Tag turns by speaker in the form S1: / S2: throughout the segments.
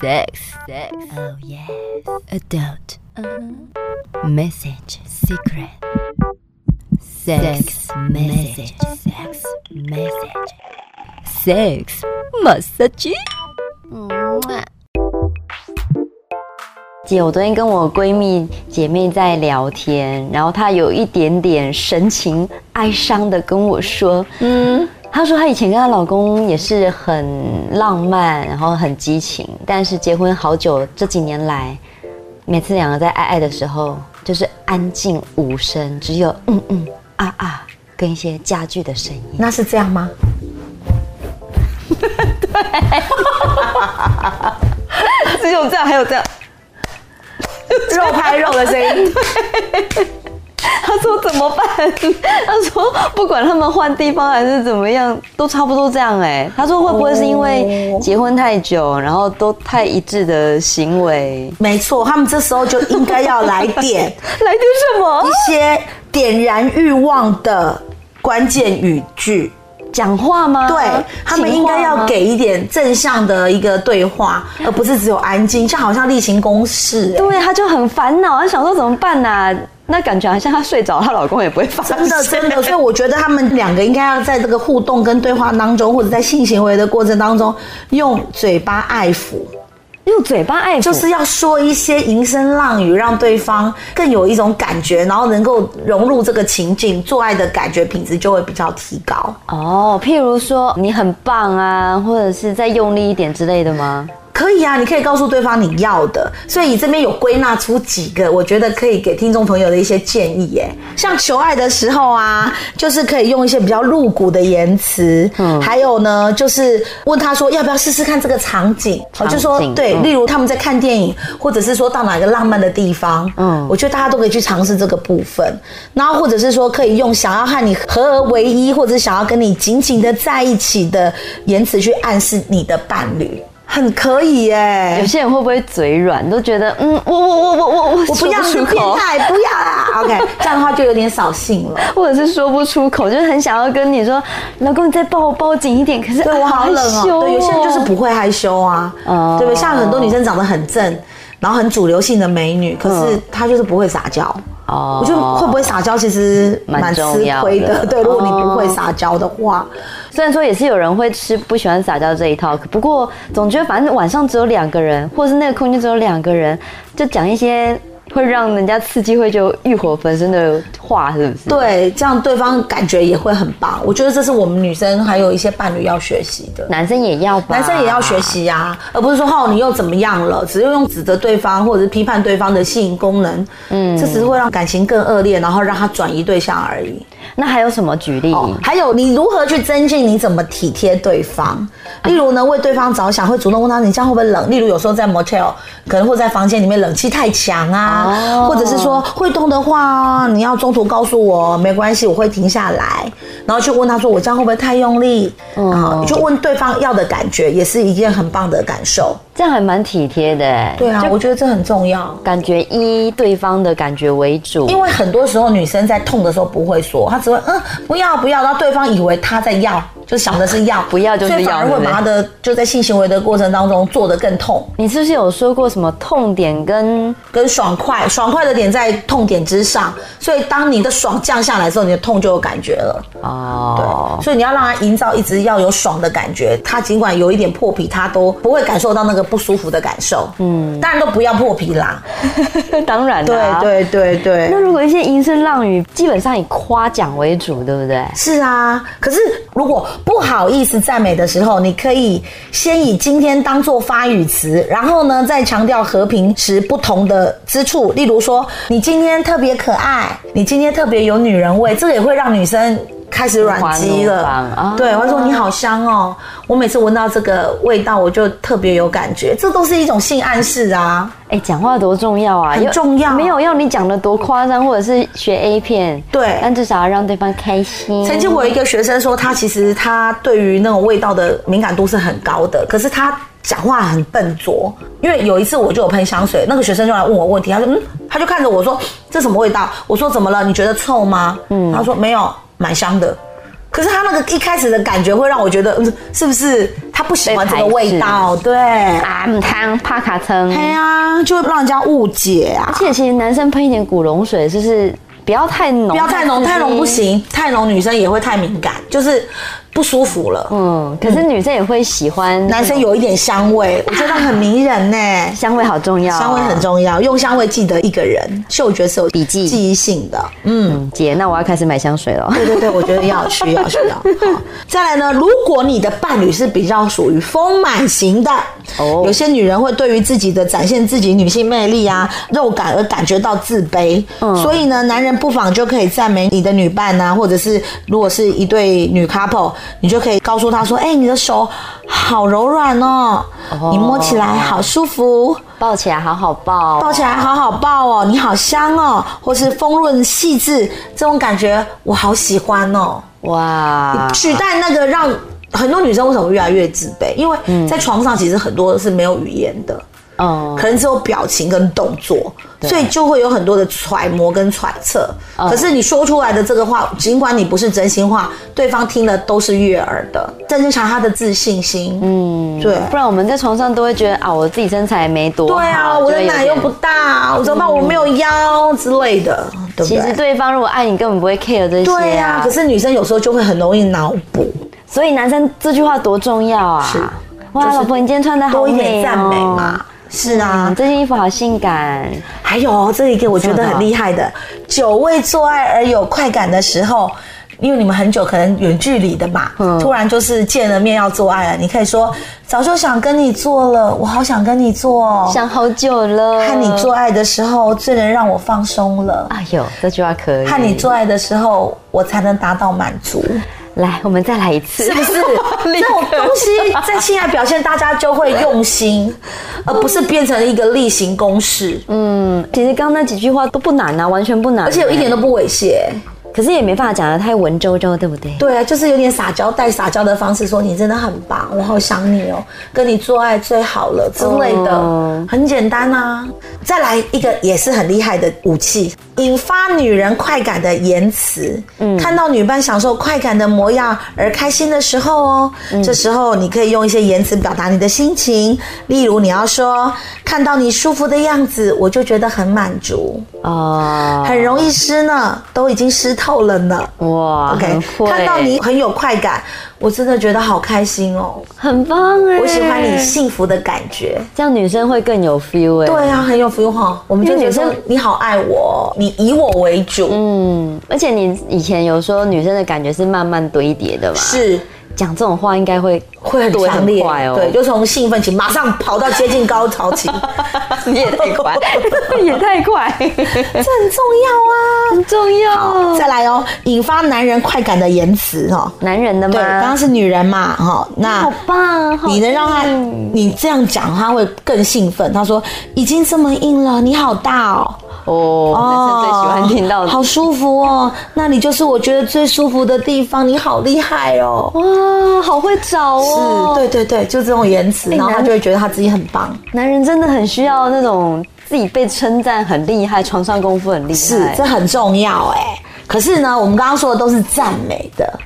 S1: Sex, sex, oh yes. Adult, Uh-huh. message, secret. Sex, message, sex, message. Sex, massage.
S2: 姐，我昨天跟我闺蜜姐妹在聊天，然后她有一点点神情哀伤的跟我说，嗯，她说她以前跟她老公也是很浪漫，然后很激情，但是结婚好久这几年来，每次两个在爱爱的时候，就是安静无声，只有嗯嗯啊啊跟一些家具的声音。
S3: 那是这样吗？
S2: 只有这样，还有这样。
S3: 肉拍肉的声音，
S2: 他说怎么办？ 他说不管他们换地方还是怎么样，都差不多这样哎、他说会不会是因为结婚太久，然后都太一致的行为？
S3: 没错，他们这时候就应该要来点
S2: 来点什
S1: 哦
S2: 么？
S3: 一些点燃欲望的关键语句。
S2: 讲话
S1: 啊
S2: 吗？
S3: 对他们应该
S2: 情话
S3: 要
S2: 吗。
S3: 给一点正向的一个对话，而不是只有安静，这好像例行公事、欸。
S2: 对，他就很烦恼，他想说怎么办呢、那感觉好像她睡着，她老公也不会发现。
S3: 真的 真的，所以我觉得他们两个应该要在这个互动跟对话当中，或者在性行为的过程当中，用嘴巴爱抚，
S2: 用嘴巴爱抚，
S3: 就是要说一些淫声浪语，让对方更有一种感觉，然后能够融入这个情境，做爱的感觉品质就会比较提高。
S2: 哦，譬如说你很棒啊，或者是再用力一点之类的吗？
S3: 可以啊，你可以告诉对方你要的，所以这边有归纳出几个，我觉得可以给听众朋友的一些建议耶。像求爱的时候啊，就是可以用一些比较露骨的言辞，
S2: 嗯
S3: 还有呢，就是问他说要不要试试看这个场景，哦
S2: 场景
S3: 就说对，
S2: 嗯
S3: 例如他们在看电影，或者是说到哪个浪漫的地方，
S2: 嗯
S3: 嗯，我觉得大家都可以去尝试这个部分，然后或者是说可以用想要和你合而为一，或者想要跟你紧紧的在一起的言辞去暗示你的伴侣，很可以耶、
S2: 有些人会不会嘴软，都觉得嗯，我我我我我我
S3: 我不要
S2: 说
S3: 你
S2: 出
S3: 变
S2: 口，
S3: 态，不要啦。OK，这样的话就有点扫兴 了。
S2: 或者是说不出口，就是很想要跟你说，老公你再抱我抱紧一点，可是啊
S3: 对我好冷哦。对，有些人就是不会害羞啊，
S2: 哦
S3: 对不对？像很多女生长得很正，然后很主流性的美女，可是她就是不会撒娇。
S2: 哦
S3: 我觉得会不会撒娇其实蛮
S2: 蛮
S3: 吃
S2: 重要的
S3: 亏的。对，如果你不会
S2: 哦
S3: 撒娇的话，
S2: 虽然说也是有人会吃不喜欢撒娇这一套，可不过总觉得反正晚上只有两个人，或者是那个空间只有两个人，就讲一些会让人家刺激会就欲火焚身的话，是不是？
S3: 对，这样对方感觉也会很棒。我觉得这是我们女生还有一些伴侣要学习的。
S2: 男生也要吧，
S3: 男生也要学习呀、而不是说哦你又怎么样了，只是用指责对方或者是批判对方的性功能，嗯，这只是会让感情更恶劣，然后让他转移对象而已。
S2: 那还有什么举例？
S3: 哦，还有你如何去增进你怎么体贴对方？例如呢，为对方着想，会主动问他你这样会不会冷？例如有时候在 motel 可能会在房间里面冷气太强啊，
S2: 哦
S3: 或者是说会动的话，你要中途告诉我，没关系，我会停下来，然后去问他说我这样会不会太用力？啊、
S2: 哦
S3: 就问对方要的感觉，也是一件很棒的感受。
S2: 这样还蛮体贴的哎。
S3: 对啊，
S2: 就
S3: 我觉得这很重要。
S2: 感觉以对方的感觉为主。
S3: 因为很多时候女生在痛的时候不会说，她只会嗯不要不要，然后对方以为她在要，就想的是要
S2: 不要就是要
S3: 所以反而
S2: 对
S3: 会
S2: 不对
S3: 把她的就在性行为的过程当中做得更痛、
S2: 你是不是有说过什么痛点跟
S3: 更爽快，爽快的点在痛点之上，所以当你的爽降下来之后，你的痛就有感觉了。对
S2: 哦？
S3: 所以你要让她营造一直要有爽的感觉，她尽管有一点破皮，她都不会感受到那个不舒服的感受。嗯，当然都不要破皮啦。
S2: 当然
S3: 对
S2: 啦、。
S3: 对对对。
S2: 那如果一些淫声浪语，基本上以夸奖为主，对不对？
S3: 是啊，可是如果不好意思赞美的时候，你可以先以今天当做发语词，然后呢再强调和平时不同的之处，例如说你今天特别可爱，你今天特别有女人味，这个也会让女生。开始软肌了，
S2: 滑怒吧
S3: 对，
S2: 啊
S3: 我说你好香哦，我每次闻到这个味道，我就特别有感觉，这都是一种性暗示啊。
S2: 哎，讲话多重要啊！
S3: 很
S2: 有
S3: 重要
S2: 没有要你讲的多夸张，或者是学 A 片，
S3: 对
S2: 但至少要让对方开心。
S3: 曾经我有一个学生说，他其实他对于那种味道的敏感度是很高的，可是他讲话很笨拙。因为有一次我就有喷香水，那个学生就来问我问题，他说嗯，他就看着我说这什么味道？我说怎么了？你觉得臭吗？嗯，他说没有，蛮香的。可是他那个一开始的感觉会让我觉得，嗯，是不是她不喜欢这个味道，对，
S2: 啊，嗯汤帕卡层。
S3: 哎呀，就会让人家误解啊
S2: 而。且其实男生喷一点古龙水，就是不要太浓，
S3: 不要太浓，
S2: 刺激
S3: 太浓不。行，太浓女生也会太敏感，就是不舒服了。
S2: 嗯，可是女生也会喜欢，
S3: 嗯男生有一点香 味，我觉得很迷人呢、
S2: 香味好重要、啊
S3: 香味很。重要，用香味记得一个人，嗅觉是有
S2: 笔记
S3: 记忆性的。嗯，
S2: 嗯，姐，那我要开始买香 水了。
S3: 对对对，我觉得要需要需要。 好，再来呢，如果你的伴侣是比较属于丰满型的，
S2: 哦
S3: 有些女人会对于自己的展现自己女性魅力啊、肉感而感觉到自卑，
S2: 嗯
S3: 所以呢，男人不妨就可以赞美你的女伴啊，或者是如果是一对女 couple，你就可以告诉她说：“哎、你的手好柔软哦，
S2: 哦
S3: 你摸起来好舒服。”
S2: 抱起来好好抱，
S3: 抱起哦来好好抱哦，你好香哦，或是丰润细致，这种感觉我好喜欢哦。
S2: 哇，
S3: 取代那个让很多女生为什么越来越自卑？因为在床上其实很多是没有语言的，
S2: 嗯
S3: 可能只有表情跟动作，
S2: 对
S3: 所以就会有很多的揣摩跟揣测。
S2: 嗯
S3: 可是你说出来的这个话，尽管你不是真心话，对方听了都是悦耳的，增强他的自信心。嗯，对。
S2: 不然我们在床上都会觉得啊，我自己身材没多好，
S3: 对啊，我的
S2: 就会有
S3: 奶又
S2: 点嗯
S3: 不大，我怎么办？我没有腰之类的，对不
S2: 其
S3: 对？
S2: 实对方如果爱你，根本不会 care 这些、啊。
S3: 对呀、可是女生有时候就会很容易脑补，
S2: 所以男生这句话多重要啊！
S3: 是
S2: 哇，
S3: 就是
S2: 老婆，你今天穿的好
S3: 多
S2: 美、哦、
S3: 一点赞美
S2: 哦
S3: 嘛。是啊，
S2: 嗯，这件衣服好性感，
S3: 还有哦这一个我觉得很厉害的，久未做爱而有快感的时候，因为你们很久可能远距离的嘛，
S2: 嗯
S3: 突然就是见了面要做爱了，你可以说早就想跟你做了，我好想跟你做哦。
S2: 想好久了。
S3: 和你做，爱的时候最能让我放松了，
S2: 哎呦，这句话可以。
S3: 和你做，爱的时候我才能达到满足。
S2: 来，我们再来一次，
S3: 是不是
S2: 立
S3: 这
S2: 刻
S3: 种东西在性爱表现，大家就会用心，而不是变成一个例行公事，
S2: 嗯，其实刚刚那几句话都不难啊，完全不难，
S3: 而且有一点，都不猥亵。
S2: 可是也没办法讲的太文绉绉，对不对？
S3: 对啊，就是有点撒娇，带撒娇的方式说你真的很棒，我好想你哦，跟你做爱最好了之类的，
S2: 嗯
S3: 很简单啊。再来一个也是很厉害的武器，引发女人快感的言辞。看到女伴享受快感的模样而开心的时候哦，这时候你可以用一些言辞表达你的心情，例如你要说看到你舒服的样子，我就觉得很满足，
S2: 哦，
S3: 很容易湿呢，都已经湿透了呢。
S2: 哇
S3: OK，
S2: 很会，
S3: 看到你很有快感，我真的觉得好开心哦，
S2: 很棒哎，
S3: 我喜欢你幸福的感觉。
S2: 这样女生会更有 feel 哎。
S3: 对啊，很有 feel 哈，我们就
S2: 因为
S3: 觉
S2: 女
S3: 得
S2: 生
S3: 你好爱我哦，你以我为主，
S2: 嗯，而且你以前有说女生的感觉是慢慢堆叠的嘛？，
S3: 是
S2: 讲这种话应该会
S3: 会很
S2: 对
S3: 强烈，
S2: 快哦。
S3: 对，就从兴奋期马上跑到接近高潮 期，
S2: 你也太快， 也太快，
S3: 这很重要啊。
S2: 很重要。
S3: 再来哦，引发男人快感的言辞哦，
S2: 男人的
S3: 对，刚
S2: 吗
S3: 刚？是女人嘛，哈，那
S2: 好棒，好
S3: 你能让他
S2: 硬，
S3: 你这样讲他会更兴奋。他说已经这么硬了，你好大哦。
S2: 哦，男生最喜欢听到的
S3: 好舒服哦！那里就是我觉得最舒服的地方，你好厉害哦！
S2: 哇，好会找哦。
S3: 是，对，对对，就这种言辞，
S2: 哎
S3: 然后他
S2: 男
S3: 就会觉得他自己很棒。
S2: 男人真的很需要那种自己被称赞很厉害，床上功夫很厉害。
S3: 是，这很重要哎。可是呢，我们刚刚说的都是赞美 的，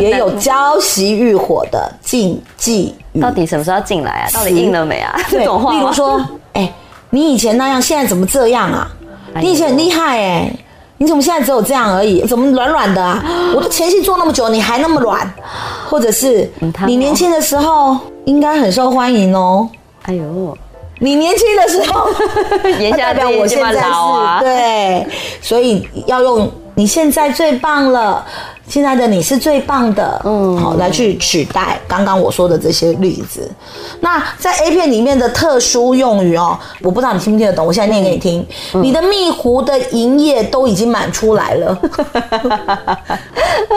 S3: 也有浇熄欲火的禁忌语。
S2: 到底什么时候要进来啊？到底
S3: 是
S2: 硬了没啊？
S3: 对
S2: 这种话吗，
S3: 例如说，哎、你以前那样，现在怎么这样啊？
S2: 哎呦
S3: 你以前很厉害哎、你怎么现在只有这样而已？怎么软软的啊？
S2: 嗯
S3: 我的前戏做那么久，你还那么软？或者是
S2: 嗯他
S3: 你年轻的时候应该很受欢迎哦。
S2: 哎呦，
S3: 你年轻的时候，
S2: 言
S3: 代
S2: 下
S3: 表
S2: 之意
S3: 我
S2: 就
S3: 现
S2: 骂
S3: 在是
S2: 老啊
S3: 对，所以要用你现在最棒了，现在的你是最棒的，嗯，
S2: 嗯
S3: 好来去取代刚刚我说的这些例子。那在 A 片里面的特殊用语哦，我不知道你听不听得懂，我现在念给你听。
S2: 嗯
S3: 你的蜜壶的银液都已经满出来 了。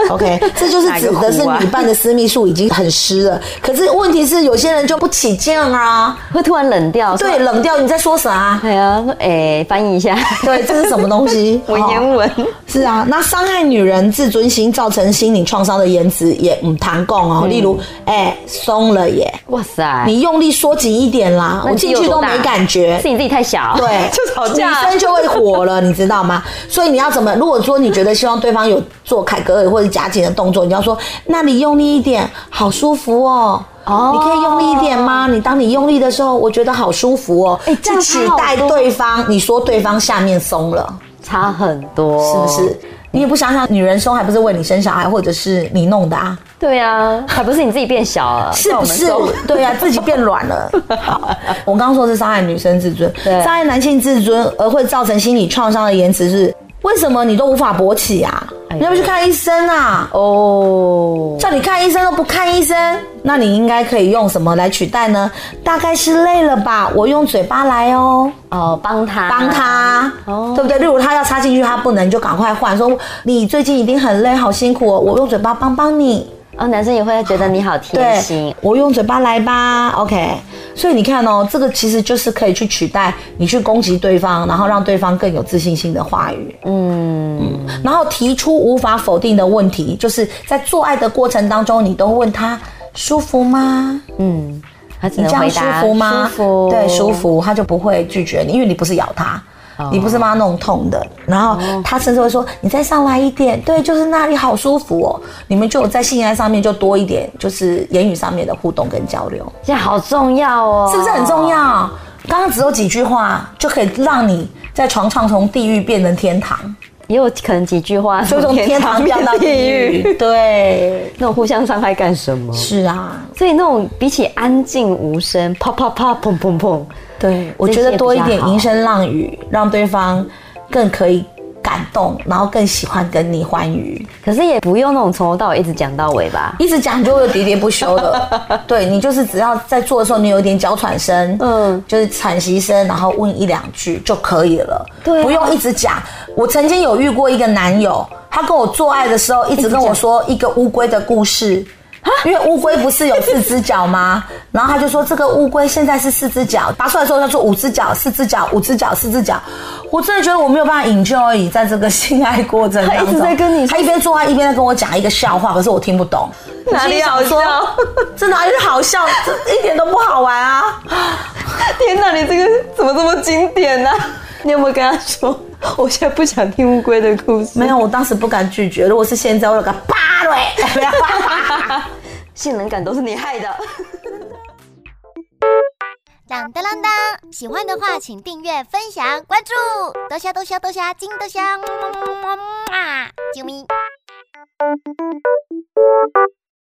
S3: OK，这就是指的是
S2: 哪个壶啊
S3: 女伴的私密处已经很湿了，可是问题是有些人就不起劲啊，
S2: 会突然冷掉。
S3: 对，冷掉，你在说啥、
S2: 哎呀，说哎，翻译一下，
S3: 对，这是什么东西？
S2: 文言
S3: 哦
S2: 文。
S3: 是啊，那伤害女人自尊心、造成心理创伤的言辞也唔谈共
S2: 嗯
S3: 哦。例如，哎、松了耶，
S2: 哇塞，
S3: 你用力缩紧一点啦，
S2: 哎那
S3: 我
S2: 你自己
S3: 进
S2: 有
S3: 去都
S2: 多大
S3: 没感觉。
S2: 是你自己太小，，
S3: 对
S2: 就吵架
S3: 女生就会火了，你知道吗？所以你要怎么？如果说你觉得希望对方有做凯格尔或者夹紧的动作，你要说那里用力一点，好舒服哦。
S2: 哦
S3: 你可以用力一点吗？你当你用力的时候，我觉得好舒服哦。
S2: 哎
S3: 去
S2: 这样
S3: 取
S2: 差好
S3: 代
S2: 多
S3: 对方，你说对方下面松了，
S2: 差很多，
S3: 是不是？？你也不想想，女人松还不是为你生小孩，或者是你弄的啊？
S2: 对啊，还不是你自己变小了，
S3: 是
S2: 叫我
S3: 不
S2: 们
S3: 是
S2: 收？
S3: 对呀、自己变软了。 好，我刚刚说是伤害女生自尊，
S2: 对
S3: 伤害男性自尊，而会造成心理创伤的言辞是：为什么你都无法勃起啊？
S2: 哎呦
S3: 你要不去看医生啊？
S2: 哦，
S3: 叫你看医生都不看医生，那你应该可以用什么来取代呢？大概是累了吧，我用嘴巴来哦，
S2: 哦，帮他，
S3: 帮他，
S2: 哦
S3: 对不对？例如他要插进去，他不能，你就赶快换，说你最近一定很累，好辛苦哦，我用嘴巴帮帮你。
S2: 哦，男生也会觉得你好贴心
S3: 对，，我用嘴巴来吧，OK。所以你看哦，这个其实就是可以去取代你去攻击对方，然后让对方更有自信心的话语，
S2: 嗯，
S3: 然后提出无法否定的问题，就是在做爱的过程当中，你都问他舒服吗？
S2: 嗯，他只
S3: 你这
S2: 能
S3: 样
S2: 回
S3: 舒
S2: 答
S3: 服吗？
S2: 舒服，
S3: 对，舒。服，他就不会拒绝你，因为你不是咬他。
S2: 哦
S3: 你不是帮他弄痛的，然后他甚至会说：“你再上来一点，对，就是那里好舒服哦。”你们就有在性爱上面就多一点，就是言语上面的互动跟交流，
S2: 这好重要哦，
S3: 是不是很重？要？刚刚只有几句话就可以让你在床上从地狱变成天堂，
S2: 也有可能几句话，
S3: 就从天堂
S2: 哦变
S3: 变到地 狱。对，
S2: 那种互相伤害干什么？
S3: 是啊，
S2: 所以那种比起安静无声，啪啪啪，砰砰砰，
S3: 对，我
S2: 这
S3: 觉
S2: 些
S3: 得
S2: 比
S3: 多一
S2: 较
S3: 点
S2: 好
S3: 吟声浪语，让对方更可以感动，然后更喜欢跟你欢愉。
S2: 可是也不用那种从头到尾一直讲到尾吧。
S3: 一直讲你就会喋喋不休 了。对你就是只要在做的时候，你有一点娇喘声，嗯
S2: 嗯，
S3: 就是喘息声，然后问一两句就可以了。
S2: 对啊
S3: 不用一直讲。我曾经有遇过一个男友，他跟我做爱的时候一直跟我说一个乌龟的故事。因为乌龟不是有四只脚 吗？然后他就说这个乌龟现在是四只脚，拔出来之后他说五只脚、四只脚、五只脚、四只脚。我真的觉得我没有办法 enjoy 在这个性爱过程当中。
S2: 他一直在跟你
S3: 他一边做爱一边在跟我讲一个笑话，可是我听不懂。
S2: 哪里好笑
S3: 我心想说？这哪里好笑？这一点都不好玩啊！
S2: 天哪，你这个怎么这么经典呢、 你有没有跟他说？我现在不想听乌龟的故事。
S3: 没有，我当时不敢拒绝。如果是现在，我有个巴嘞， 没有
S2: 性能感都是你害的。
S4: 当当当当！喜欢的话，请订阅、分享、关注，多虾多虾多虾，金多虾，么么么么么啊！啾咪！